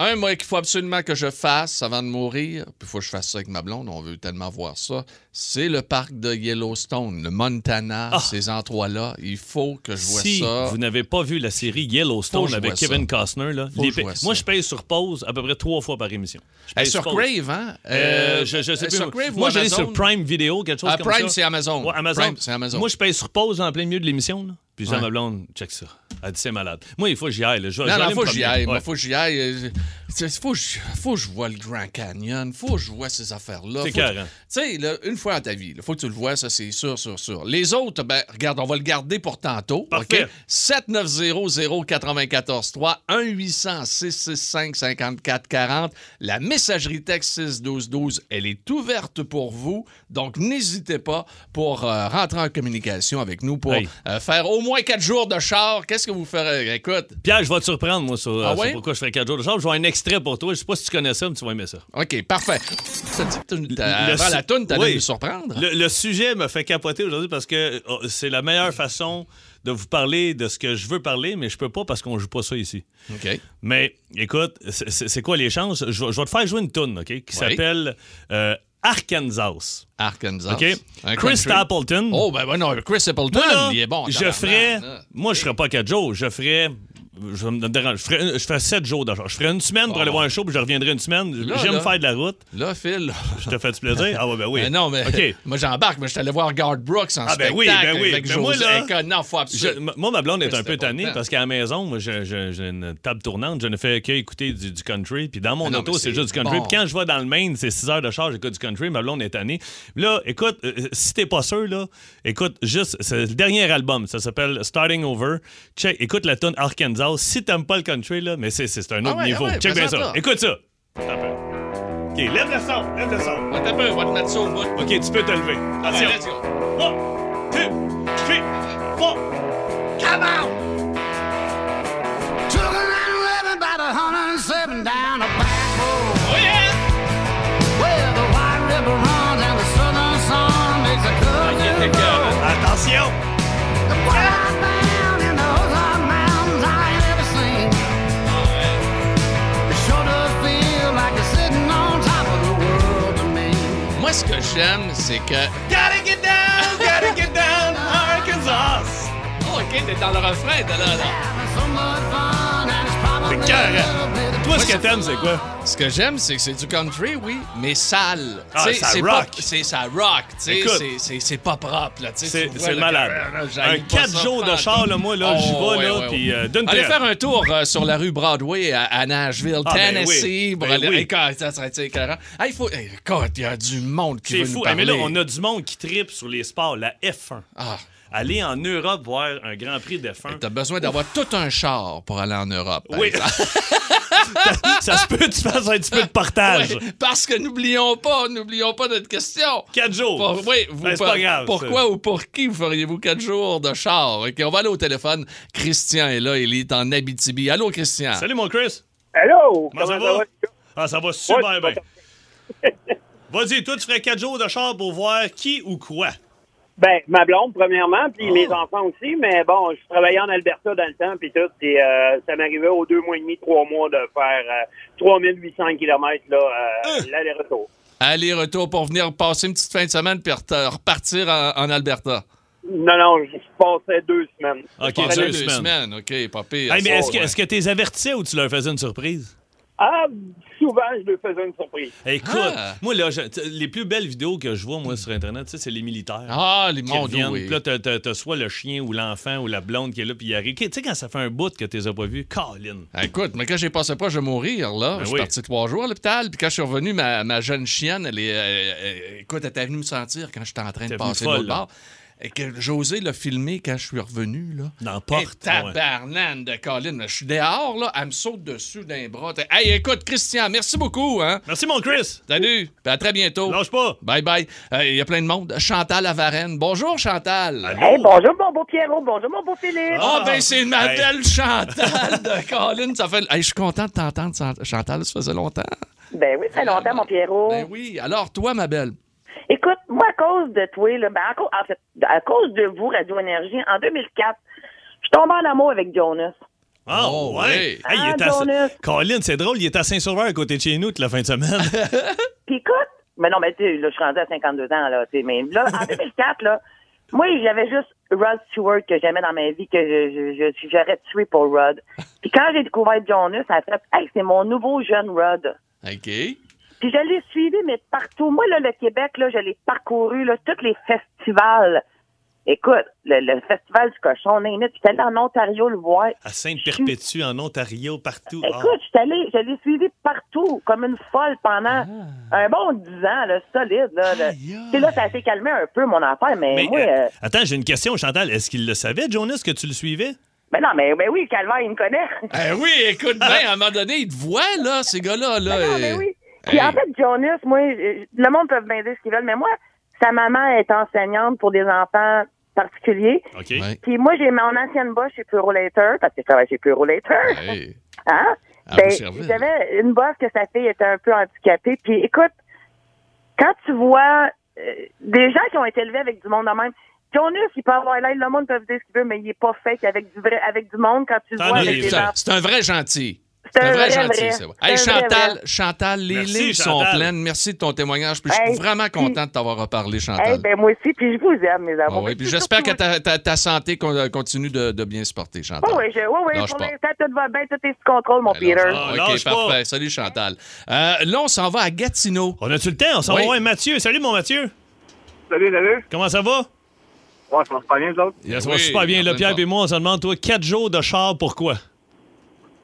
D: Un moi qu'il faut absolument que je fasse avant de mourir, puis il faut que je fasse ça avec ma blonde, on veut tellement voir ça, c'est le parc de Yellowstone, le Montana, ces endroits-là. Il faut que je vois
C: Ah! Si
D: ça.
C: vous n'avez pas vu la série Yellowstone
D: Faut que je
C: avec
D: voie ça.
C: Kevin Costner, là,
D: Faut que
C: les
D: je
C: pa-
D: voie ça.
C: moi je paye sur pause à peu près trois fois par émission. Je
D: Eh,
C: paye
D: sur
C: pause.
D: Crave, hein?
C: Euh, je, je sais
D: eh,
C: plus.
D: Sur Crave ou
C: moi, j'allais sur
D: Amazon?
C: Prime Video, quelque chose
D: Ah,
C: comme
D: Prime,
C: ça.
D: c'est Amazon.
C: Ouais, Amazon.
D: Prime, c'est Amazon.
C: Moi, je paye sur pause en plein milieu de l'émission. là. Puis j'ai
D: Ouais.
C: ma blonde, check ça. Elle dit c'est malade. Moi, il faut que j'y aille. là. Je, vais- je
D: Non,
C: vais
D: non,
C: aller
D: faut
C: me
D: que j'y
C: promener.
D: aille. moi,
C: Ouais.
D: Faut que j'y aille. Euh, tu sais, Faut que je- faut que je vois le Grand Canyon. Faut que je vois ces affaires-là.
C: C'est
D: Faut que-
C: carré.
D: Tu sais, là, une fois dans ta vie, il faut que tu le vois, ça, c'est sûr, sûr, sûr. Les autres, ben, regarde, on va le garder pour tantôt.
C: Parfait.
D: OK? 790-094-3, 1-800-665-5440. La messagerie texte 61212, elle est ouverte pour vous. Donc, n'hésitez pas pour euh, rentrer en communication avec nous pour
C: Hey.
D: euh, faire au moins quatre jours de char. Qu'est-ce que vous ferez? Écoute,
C: Pierre, je vais te surprendre, moi, sur, euh,
D: Ah
C: sur
D: ouais?
C: pourquoi je fais 4 jours de chambre. Je vois un extrait pour toi. Je sais pas si tu connais ça, mais tu vas aimer ça.
D: OK, parfait. T'as dit que t'as-
C: Le
D: avant
C: su-
D: la toune, t'allais
C: oui.
D: nous surprendre. hein?
C: Le, le sujet me fait capoter aujourd'hui parce que oh, c'est la meilleure façon de vous parler de ce que je veux parler, mais je peux pas parce qu'on joue pas ça ici.
D: OK.
C: Mais écoute, c'est- c'est c'est quoi les chances? Je, vais- je vais te faire jouer une toune, OK? Qui s'appelle euh, Arkansas.
D: Arkansas.
C: OK?
D: Ah, Un
C: Chris
D: country.
C: Stapleton.
D: Oh, ben, ben non, Chris Appleton,
C: Moi, là,
D: il est bon. en
C: Je
D: tabarnak,
C: ferais.
D: là.
C: Moi, je ferais pas 4 jours. Je ferais. Je me dérange. Je ferais, je ferais 7 jours d'achat. Je ferais une semaine pour aller voir un show, puis je reviendrai une semaine.
D: Ah. Là,
C: J'aime
D: là.
C: faire de la route.
D: Là, Phil.
C: Je te fais du plaisir? Ah, ouais, ben oui.
D: Ben non, mais
C: OK.
D: moi, j'embarque. mais je suis allé voir Guard Brooks en
C: Ah, ben
D: spectacle
C: oui, ben oui.
D: avec
C: Mais moi,
D: José
C: là,
D: Inca. Non, faut
C: Je-
D: absolument...
C: m- moi, ma blonde est
D: Mais
C: un
D: c'était
C: peu
D: pas le
C: tannée
D: temps.
C: parce qu'à la maison, moi, je- je- j'ai une table tournante. Je ne fais qu'écouter du, du country. Puis dans mon
D: Mais Ah non,
C: auto,
D: mais
C: c'est
D: c'est
C: juste du country.
D: bon.
C: Puis quand je vais dans le Maine, c'est 6 heures de charge, j'écoute du country. Ma blonde est tannée. Là, écoute, euh, si t'es pas sûr, là, écoute, juste, c'est le dernier album. Ça s'appelle Starting Over. Check, écoute la tune Arkansas. Si t'aimes pas le country, là, mais c'est- c'est c'est un
D: Ah
C: autre
D: ouais,
C: niveau.
D: ah ouais,
C: Check bien
D: présente-la.
C: ça. Écoute ça. Attends un peu. OK, lève le son. Lève le son.
D: Attends un peu, on va te mettre ça au bout.
C: OK, tu peux te lever.
D: Allez,
C: Attention.
D: let's go.
C: One, two, three, four. Attention.
D: Moi, ce que j'aime, c'est que...
C: Gotta get down, gotta get down, Arkansas.
D: Oh, OK, t'es dans le refrain, t'es là, là.
C: C'est carré. Toi, ce que t'aimes, c'est quoi?
D: Ce que j'aime, c'est que c'est du country, oui, mais sale.
C: Ah,
D: Tu sais,
C: ça
D: c'est pas-
C: rock.
D: C'est ça rock, tu sais,
C: Écoute.
D: c'est- c'est- c'est pas propre, là, tu sais.
C: C'est
D: tu vois,
C: c'est
D: là,
C: malade.
D: que, euh, j'aime
C: Un
D: pas
C: 4
D: ça,
C: jours de
D: pas
C: char,
D: tout.
C: là, moi, là, j'y
D: Oh,
C: vais,
D: ouais,
C: là,
D: ouais,
C: puis
D: ouais.
C: euh, donne
D: Allez
C: tes-
D: faire un tour euh, sur la rue Broadway à, à Nashville,
C: Ah, ben
D: Tennessee.
C: oui.
D: pour
C: Ben
D: aller-
C: oui.
D: Hey, quand- ça serait tu sais, écœurant. Hey, faut... hey, écoute, il y a du monde qui
C: C'est
D: veut nous
C: fou. Ah,
D: parler.
C: mais là, on a du monde qui tripe sur les sports, la F1.
D: Ah.
C: Aller en Europe voir un Grand Prix de F1.
D: T'as besoin d'avoir tout un char pour aller en Europe. par
C: Oui.
D: exemple.
C: ça se peut que tu fasses un petit peu de partage.
D: Ouais, parce que n'oublions pas, n'oublions pas notre question.
C: 4 jours.
D: Pour- oui, vous-
C: Ben, c'est pas grave.
D: pourquoi ou pour qui vous feriez-vous quatre jours de char? OK, on va aller au téléphone. Christian est là, il est en Abitibi. Allô, Christian?
C: ça. Salut, mon Chris.
E: Allô?
C: Comment ça va? Ah, ça va super bien. Vas-y, toi, tu ferais 4 jours de char pour voir qui ou quoi.
E: Ben, ma blonde, premièrement, puis
C: Oh!
E: mes enfants aussi, mais bon, je travaillais en Alberta dans le temps, puis tout, puis euh, ça m'arrivait aux deux mois et demi, trois mois de faire euh, 3800 kilomètres, là, euh,
C: Hein?
E: l'aller-retour.
D: Aller-retour pour venir passer une petite fin de semaine puis reta- repartir en, en Alberta.
E: Non, non, je passais deux semaines.
C: OK,
D: Passer
C: deux,
D: deux
C: semaines.
D: semaines. OK, pas pire.
C: Hey, mais est-ce que,
D: Ouais.
C: est-ce que tu les avertissais ou tu leur faisais une surprise?
E: Ah, souvent, je leur faisais une surprise.
C: Écoute,
D: Ah.
C: moi, là, je- t- les plus belles vidéos que je vois, moi, sur Internet, tu sais, c'est les militaires.
D: Ah, les
C: qui
D: mondes,
C: reviennent.
D: oui.
C: Puis là, t'as- t'as t'as soit le chien ou l'enfant ou la blonde qui est là, puis il arrive. Tu sais, quand ça fait un bout que tu les as pas vus, Colin.
D: Ah, Écoute, mais quand j'ai passé proche de mourir, là,
C: Ben
D: je suis
C: oui.
D: parti trois jours à l'hôpital, puis quand je suis revenu, ma, ma jeune chienne, elle est, euh, euh, écoute, elle était venue me sentir quand j'étais en train de
C: T'es
D: passer de
C: venue
D: l'autre
C: folle, là.
D: bord. Et que José l'a filmé quand je suis revenu, là.
C: Dans la porte,
D: Et tabarnane de Colin. Je suis dehors, là, elle me saute dessus d'un bras. T'es- Hey, écoute, Christian, merci beaucoup, hein.
C: Merci, mon Chris.
D: Salut, puis à très bientôt.
C: Lâche pas.
D: Bye bye. Euh, Il y a plein de monde. Chantal à Varennes. Bonjour, Chantal.
E: Hey, bonjour, mon beau Pierrot, bonjour, mon beau Philippe.
D: Ah, ben c'est ma
C: Hey.
D: belle Chantal de Colin. Ça fait... Hey, je suis content de t'entendre, Chant- Chantal. Ça faisait longtemps.
E: Ben oui, ça fait longtemps, mon Pierrot.
D: Ben oui. Alors, toi, ma belle.
E: Écoute, moi, à cause de toi, là, ben, à cause, en fait, à cause de vous, Radio Énergie, en 2004, je tombe en amour avec Jonas.
C: Ah,
D: Oh,
C: ouais.
D: oui.
C: Hey, il est
H: Ah,
C: à...
H: bonus.
C: Colin, c'est drôle, il est à Saint-Sauveur à côté de chez nous toute la fin de semaine.
H: Puis écoute, mais non, mais tu sais, là, je suis rendue à 52 ans, là, tu sais, mais là, en 2004, là, moi, j'avais juste Rod Stewart que j'aimais dans ma vie, que je, je, je- j'aurais tué pour Rod. Puis quand j'ai découvert Jonas, ça a fait, hey, c'est mon nouveau jeune Rod.
D: OK.
H: Puis je l'ai suivi, mais partout. Moi, là, le Québec, là, je l'ai parcouru, là, tous les festivals. Écoute, le, le festival du cochon, on est Puis j'étais allée en Ontario le voir.
C: À Sainte-Perpétue, en Ontario, partout. Ah.
H: Écoute, je suis allée- je l'ai suivi partout, comme une folle pendant un bon 10 ans, là, solide. Là, là.
D: Aïe, aïe.
H: Puis là, ça s'est calmé un peu, mon affaire, mais,
C: Mais,
H: moi...
C: euh,
H: euh,
C: attends, j'ai une question, Chantal. Est-ce qu'il le savait, Jonas, que tu le suivais?
H: ben non, mais, mais oui, Calvaire, il me connaît.
D: Eh oui, écoute bien, à un moment donné, ils te voient, là, ces gars-là. Là,
H: non, mais
D: et-
H: oui. Puis en
D: Hey.
H: fait, Jonas, moi, je- euh, le monde peut me dire ce qu'ils veulent, mais moi, sa maman est enseignante pour des enfants particuliers.
C: OK.
D: Ouais.
H: Puis moi, j'ai mon ancienne boss chez Puro Later, parce que je travaille chez Puro Later.
D: Hey.
H: Hein?
D: Ah,
H: Ben,
D: vous servez.
H: j'avais une boss que sa fille était un peu handicapée. Puis écoute, quand tu vois euh, des gens qui ont été élevés avec du monde de même, Jonas, il peut avoir l'air, le monde peut vous dire ce qu'il veut, mais il est pas fake avec du vrai, avec du monde quand tu le
C: Ah,
H: vois
G: ben,
C: non,
H: avec
C: il
D: Hey,
C: est
H: des
D: C'est un-
H: gens.
D: c'est un vrai gentil.
H: C'est
D: C'est un vrai
H: vrai,
D: gentil,
H: vrai.
D: c'est vrai. Hey,
H: C'est un vrai,
D: Chantal,
H: vrai.
D: Chantal, les
C: Merci,
D: lignes
C: Chantal.
D: sont pleines. Merci de ton témoignage. Puis je
H: Hey,
D: suis vraiment
H: puis-
D: content de t'avoir reparlé,
H: Eh
D: Chantal.
H: ben moi aussi, puis je vous aime, mes
D: Ah
H: amours.
D: oui, puis j'espère que ta, ta- ta santé con- continue de, de bien se porter, Chantal.
H: Oui, oui, Oh, je, oui, oui,
D: Lâche
H: pour
D: pas.
H: l'instant, tout va bien, tout est sous contrôle, mon
D: Ben,
H: Peter.
D: lâche pas.
C: Ah,
D: OK,
C: lâche pas.
D: parfait. Salut, Chantal. Euh, là, on s'en va à Gatineau.
C: On a-tu le temps? On s'en
D: Oui.
C: va voir Mathieu. Salut, mon Mathieu.
E: Salut, salut.
C: Comment ça va?
E: Ouais, ça va pas bien, les autres.
C: Ça va
D: Oui,
C: super bien.
D: en
C: Le
D: pleine
C: Pierre
D: forme.
C: et moi, on se demande, toi, quatre jours de char, pourquoi?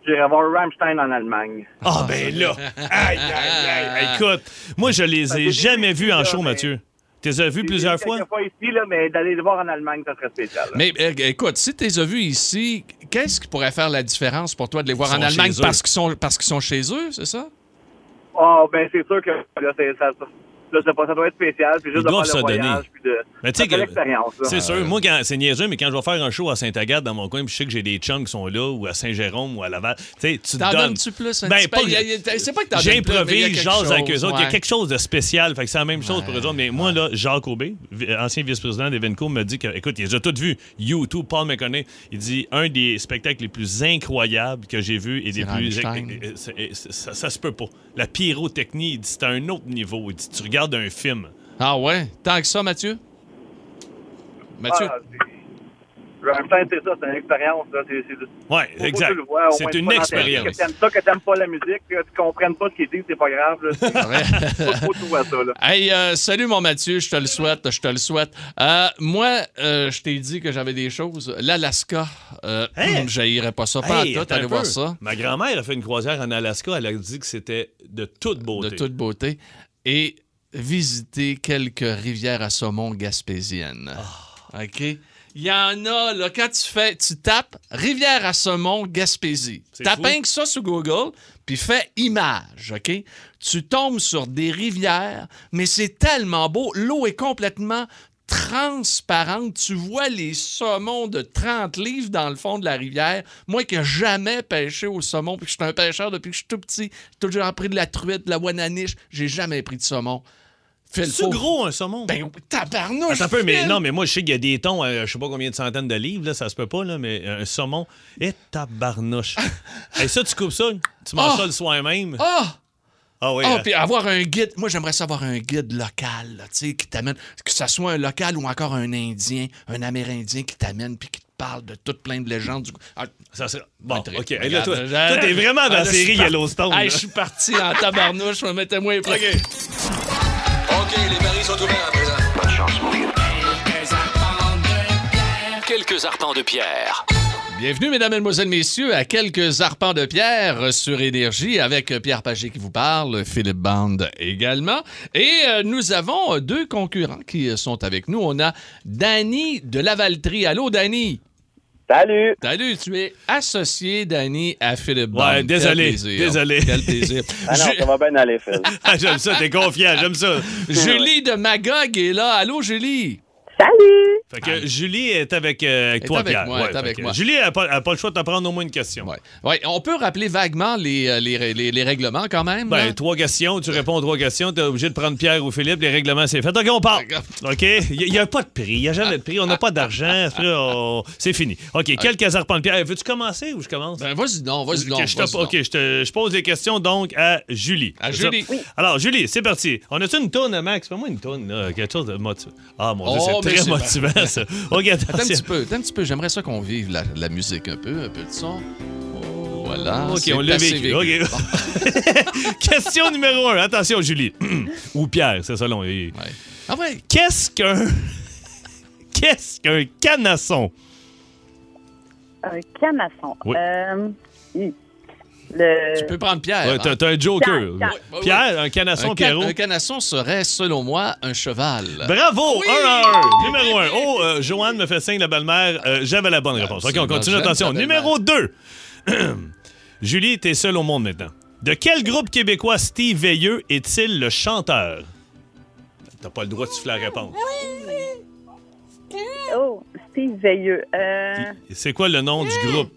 E: J'irai voir Rammstein en Allemagne.
C: Ah, ben là! Aïe, aïe, aïe! Écoute, moi, je les ai
E: j'ai
C: jamais
E: vu
C: vus en
E: ça,
C: show,
E: mais-
C: Mathieu. Tu les as vus plusieurs fois?
E: Quelques fois ici, là, mais d'aller le voir en Allemagne, ça serait spécial. là.
D: Mais euh, écoute, si tu les as vus ici, qu'est-ce qui pourrait faire la différence pour toi de les voir
C: Ils
D: en
C: sont
D: Allemagne
C: chez eux.
D: parce qu'ils sont, parce qu'ils sont chez eux, c'est ça?
E: Oh, ben c'est sûr que là, c'est- ça, ça- là, c'est pas- ça doit être spécial. Puis
C: Ils
E: juste de
C: doivent
E: faire le
C: se donner.
E: voyage, puis de,
C: Mais tu sais
E: ça fait
C: que-
E: l'expérience. là.
C: C'est sûr. Moi, quand c'est niaiseux, mais quand je vais faire un show à Sainte-Agathe dans mon coin, puis je sais que j'ai des chums qui sont là, ou à Saint-Jérôme, ou à Laval, tu sais, tu
D: T'en
C: te donnes.
D: donnes-tu plus? un
C: Ben,
D: petit peu?
C: pas-
D: Il y a- il y a- c'est pas que t'en donnes plus, mais il y a
C: J'improvise,
D: quelque
C: jase avec
D: chose,
C: eux autres. Il y a
D: ouais.
C: quelque chose de spécial. Fait que c'est la même chose pour eux autres. Mais moi, là, Jacques Aubé, vi- ancien vice-président d'Evenco, me dit que, écoute, il les a toutes vues. YouTube, Paul McConney, il dit un des spectacles les plus incroyables que j'ai vu et des plus.
D: Rammstein.
C: euh, c'est- euh, c'est- ça, ça se peut pas. La pyrotechnie, il dit, c'est à un autre niveau. Il dit, tu regardes un film.
D: Ah ouais? Tant que ça, Mathieu? Mathieu?
E: Ah, c'est- Rammstein, c'est ça, c'est une expérience. là. C'est- c'est-
C: Ouais,
E: faut- faut que
C: exact.
E: tu le vois, au moins
C: C'est
E: une
C: une
E: fois dans ta vie,
C: expérience.
E: Que t'aimes ça, que t'aimes pas la musique, que tu comprennes pas ce qu'ils disent, c'est pas grave. Là. C'est- faut, faut que tu vois ça. Là.
D: Hey, euh, salut mon Mathieu, je te le souhaite, je te le souhaite. Euh, moi, euh, je t'ai dit que j'avais des choses. L'Alaska, euh,
C: Hey!
D: hum, j'haïrais pas ça. Pas
C: Hein? Hey,
D: à
C: attends
D: tout, allez
C: un
D: voir
C: peu.
D: ça.
C: Ma grand-mère a fait une croisière en Alaska. Elle a dit que c'était de toute beauté.
D: De toute beauté. Et visiter quelques rivières à saumon gaspésiennes. OK? Il y en a, là, quand tu fais, tu tapes rivière à saumon Gaspésie.
C: C'est
D: Tape
C: fou.
D: rien que ça sur Google, puis fais image, OK? Tu tombes sur des rivières, mais c'est tellement beau. L'eau est complètement transparente. Tu vois les saumons de 30 livres dans le fond de la rivière. Moi qui n'ai jamais pêché au saumon, puis que je suis un pêcheur depuis que je suis tout petit, j'ai toujours pris de la truite, de la wananiche, j'ai jamais pris de saumon. Fais le
C: C'est
D: faux.
C: gros un saumon.
D: Ben, tabarnouche!
C: Attends un peu, mais
D: Phil!
C: non, mais moi, je sais qu'il y a des tons, euh, je sais pas combien de centaines de livres, là, ça se peut pas, là, mais euh, un saumon et tabarnouche. Et ça, tu coupes ça, tu manges
D: Ah!
C: ça le soir même.
D: Ah!
C: Ah oui.
D: Ah,
C: euh,
D: puis avoir un guide. Moi, j'aimerais ça avoir un guide local, là, tu sais, qui t'amène, que ce soit un local ou encore un Indien, un Amérindien qui t'amène puis qui te parle de toutes plein de légendes. Du... Ah,
C: ça serait- Bon,
D: Patrick,
C: OK. Hey, là,
D: regarde,
C: toi,
D: j'ai-
C: toi, t'es vraiment dans
D: Ah,
C: la
D: là, je
C: série
D: suis par-
C: Yellowstone.
D: Hey,
C: Oh, là.
D: je suis parti en tabarnouche, mettez-moi les plaques.
I: OK, les paris sont ouverts à présent.
B: Bonne chance, mon vieux. Quelques arpents de pierre.
D: Bienvenue, mesdames, mesdemoiselles, messieurs, à quelques arpents de pierre sur Énergie avec Pierre Pagé qui vous parle, Philippe Band également. Et euh, nous avons euh, deux concurrents qui euh, sont avec nous. On a Danny de Lavaltrie. Allô, Danny?
E: Salut!
D: Salut, tu es associé, Danny, à Philippe Bond.
C: Ouais, désolé,
D: Quel plaisir.
C: désolé.
D: Quel plaisir. Ju-
E: Ah va bien aller, Phil.
C: Ah, j'aime ça, t'es confiant, j'aime ça.
D: Julie de Magog est là. Allô, Julie?
H: Salut!
C: Fait que Julie est avec, euh, avec
D: Est
C: toi,
D: avec
C: Pierre.
D: moi, est
C: fait
D: avec
C: que
D: moi.
C: Julie n'a pas, a pas le choix de te prendre au moins une question.
D: Ouais. Ouais, on peut rappeler vaguement les, euh, les, ré- les- les règlements quand même. hein?
C: Ben,
D: là?
C: trois questions, tu réponds aux trois questions, t'es obligé de prendre Pierre ou Philippe, les règlements, c'est fait. OK, on part. OK? Il n'y a, pas de prix, il n'y a jamais de prix, on n'a pas d'argent, après, on- c'est fini. OK, quelques arpents de Pierre. Veux-tu commencer ou je commence?
D: Ben, vas-y donc, vas-y donc.
C: Ok, je, te-
D: vas-y donc.
C: Euh, ok, je te- je pose des questions donc à Julie.
D: À
C: C'est ça?
D: Julie.
C: Alors, Julie, c'est parti. On a-tu une tonne, Max? Fais-moi une tonne, là, quelque chose de motivant. Ah, mon Dieu,
D: Oh,
C: c'est
D: mais
C: très
D: c'est-
C: motivant, ça. OK,
D: Attends un
C: attention.
D: petit peu, attends un petit peu. J'aimerais ça qu'on vive la, la musique un peu, un peu de son. Voilà.
C: OK,
D: c'est
C: on l'a
D: assez
C: vécu. OK.
D: Bon,
C: Question numéro un. Attention, Julie. Ou Pierre, c'est ça long.
D: ouais. Ah ouais,
C: Qu'est-ce qu'un. Qu'est-ce qu'un canasson?
G: Un canasson.
C: Oui.
G: Euh, hi. le...
D: tu peux prendre Pierre.
C: Ouais,
D: hein.
C: T'as t'as un joker.
G: Pierre,
D: Ouais, ouais,
C: Pierre, un canasson,
D: un, ca-
C: Pierrot.
D: un canasson serait, selon moi, un cheval.
C: Bravo! 1 Numéro 1. Oh, euh, Joanne me fait signe, la belle-mère. Euh, J'avais la bonne réponse. OK, on
D: Absolument,
C: continue.
D: j'aime
C: Attention.
D: ta belle-mère.
C: Numéro 2. Julie, t'es seule au monde maintenant. De quel groupe québécois Steve Veilleux est-il le chanteur? T'as pas le droit de souffler la réponse.
G: Oh, Steve Veilleux. Euh,
C: C'est quoi le nom du groupe?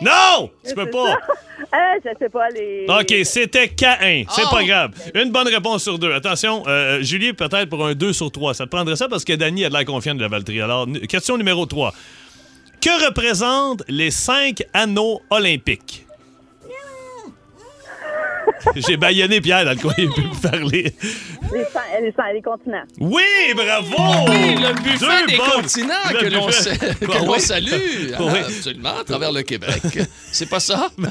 C: Non! Tu peux pas!
G: ah, je sais pas, les...
C: OK, c'était K1. C'est
D: Oh!
C: pas grave. Une bonne réponse sur deux. Attention, euh, Julie, peut-être pour un 2 sur 3. Ça te prendrait ça parce que Dany a de la confiance de la Valtrie. Alors, nu- question numéro 3. Que représentent les cinq anneaux olympiques? J'ai baïonné Pierre dans le coin, il peut me parler.
G: Les, cin- les, cin- les continents.
C: Oui, bravo!
D: Oui, le buffet
C: Deux
D: des
C: bonnes-
D: continents
C: Le
D: que l'on
C: buffet-
D: sa- que
C: Bah
D: l'on
C: oui.
D: salue
C: Bah oui.
D: Ah, absolument à travers le Québec. C'est pas ça?
C: ben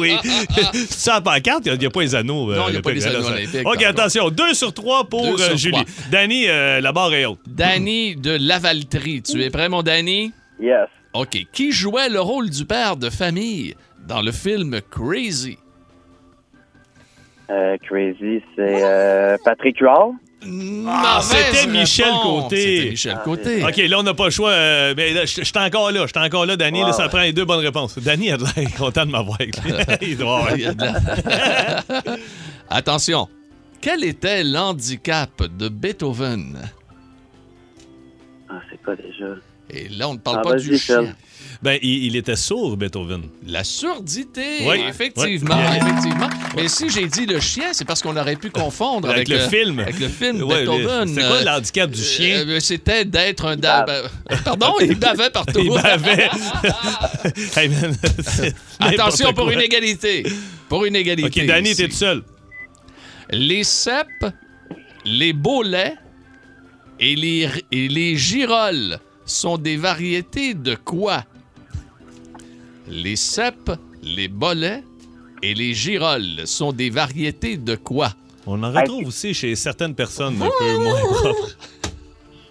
C: oui. C'est ça, la pancarte, il n'y a, pas les anneaux. euh,
D: Non, il y a pas
C: olympiques,
D: les anneaux
C: là, ça.
D: olympiques,
C: OK,
D: par
C: attention. 2 sur 3 pour
D: Deux
C: euh,
D: sur
C: Julie. Danny, euh, la barre est haute.
D: Danny de Lavaltrie. Tu es prêt, mon Danny?
E: Yes.
D: OK. Qui jouait le rôle du père de famille dans le film Crazy?
E: Euh, crazy, c'est euh, Patrick Huard.
C: Ah,
D: Mauvaise
C: c'était Michel
D: réponse.
C: Côté. Ah,
D: C'était Michel Côté.
C: OK, là, on n'a pas le choix. euh, mais là, je je suis encore là. Je suis encore là, Danny. là, ça
E: Ouais.
C: prend les deux bonnes réponses. Danny a de l'air content de m'avoir. Il doit avoir-
D: Attention. Quel était l'handicap de Beethoven?
E: Ah, c'est quoi déjà?
D: Et là, on ne parle
E: Ah,
D: pas
E: vas-y,
D: du chien.
E: Phil.
C: Ben, il, il était sourd, Beethoven.
D: La surdité,
C: Oui,
D: effectivement,
C: oui.
D: effectivement. Mais si j'ai dit le chien, c'est parce qu'on aurait pu confondre
C: Avec
D: avec, euh,
C: le film.
D: Avec le film
C: Ouais,
D: Beethoven.
C: C'est quoi
D: Euh,
C: l'handicap du chien?
D: euh, C'était d'être un da- ben, Pardon, il bavait partout.
C: Il bavait. Hey, man, c'est
D: Attention
C: n'importe
D: pour
C: quoi.
D: une égalité. Pour une égalité.
C: OK, Danny,
D: ici.
C: t'es tout seul.
D: Les cèpes, les bolets et les, et les girolles sont des variétés de quoi? Les cèpes, les bolets et les girolles sont des variétés de quoi?
C: On en retrouve aussi chez certaines personnes un peu moins propres.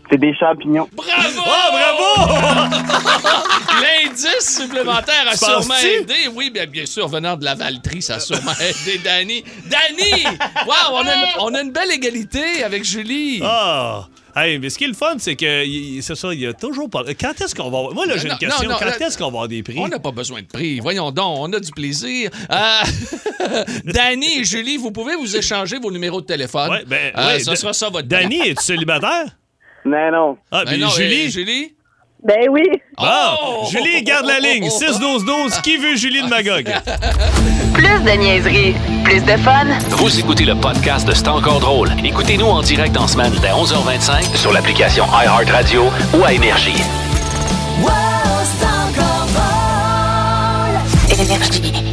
E: C'est des champignons.
D: Bravo!
C: Ah,
D: Oh!
C: bravo!
D: L'indice supplémentaire a
C: Tu
D: sûrement
C: penses-tu?
D: aidé. Oui, bien, bien sûr, venant de la Valtrie, ça a sûrement aidé Danny. Danny! Wow, on a, une, on a une belle égalité avec Julie.
C: Ah! Hey, mais ce qui est le fun, c'est que il- il- c'est ça, il y a toujours pas. Quand est-ce qu'on va avoir. Moi, là, j'ai
D: Non,
C: une question.
D: non, non,
C: Quand
D: là-
C: est-ce qu'on va avoir des prix?
D: On n'a pas besoin de prix. Voyons donc, on a du plaisir. Euh, Danny et Julie, vous pouvez vous échanger vos numéros de téléphone.
C: Ouais, ben,
D: Euh,
C: ouais,
D: ce
C: Da-
D: sera ça votre
C: Danny, es-tu célibataire?
E: Non, non.
C: Ah,
D: Ben
C: puis
D: non,
C: Julie.
D: euh, Julie?
G: Ben oui.
C: Ah!
D: Oh!
C: Julie, garde la ligne. 6-12-12. Qui veut Julie de Magog?
F: Plus de niaiserie, plus de fun.
B: Vous écoutez le podcast de C'est encore drôle. Écoutez-nous en direct en semaine dès 11h25 sur l'application iHeartRadio ou à Énergie.
F: Énergie.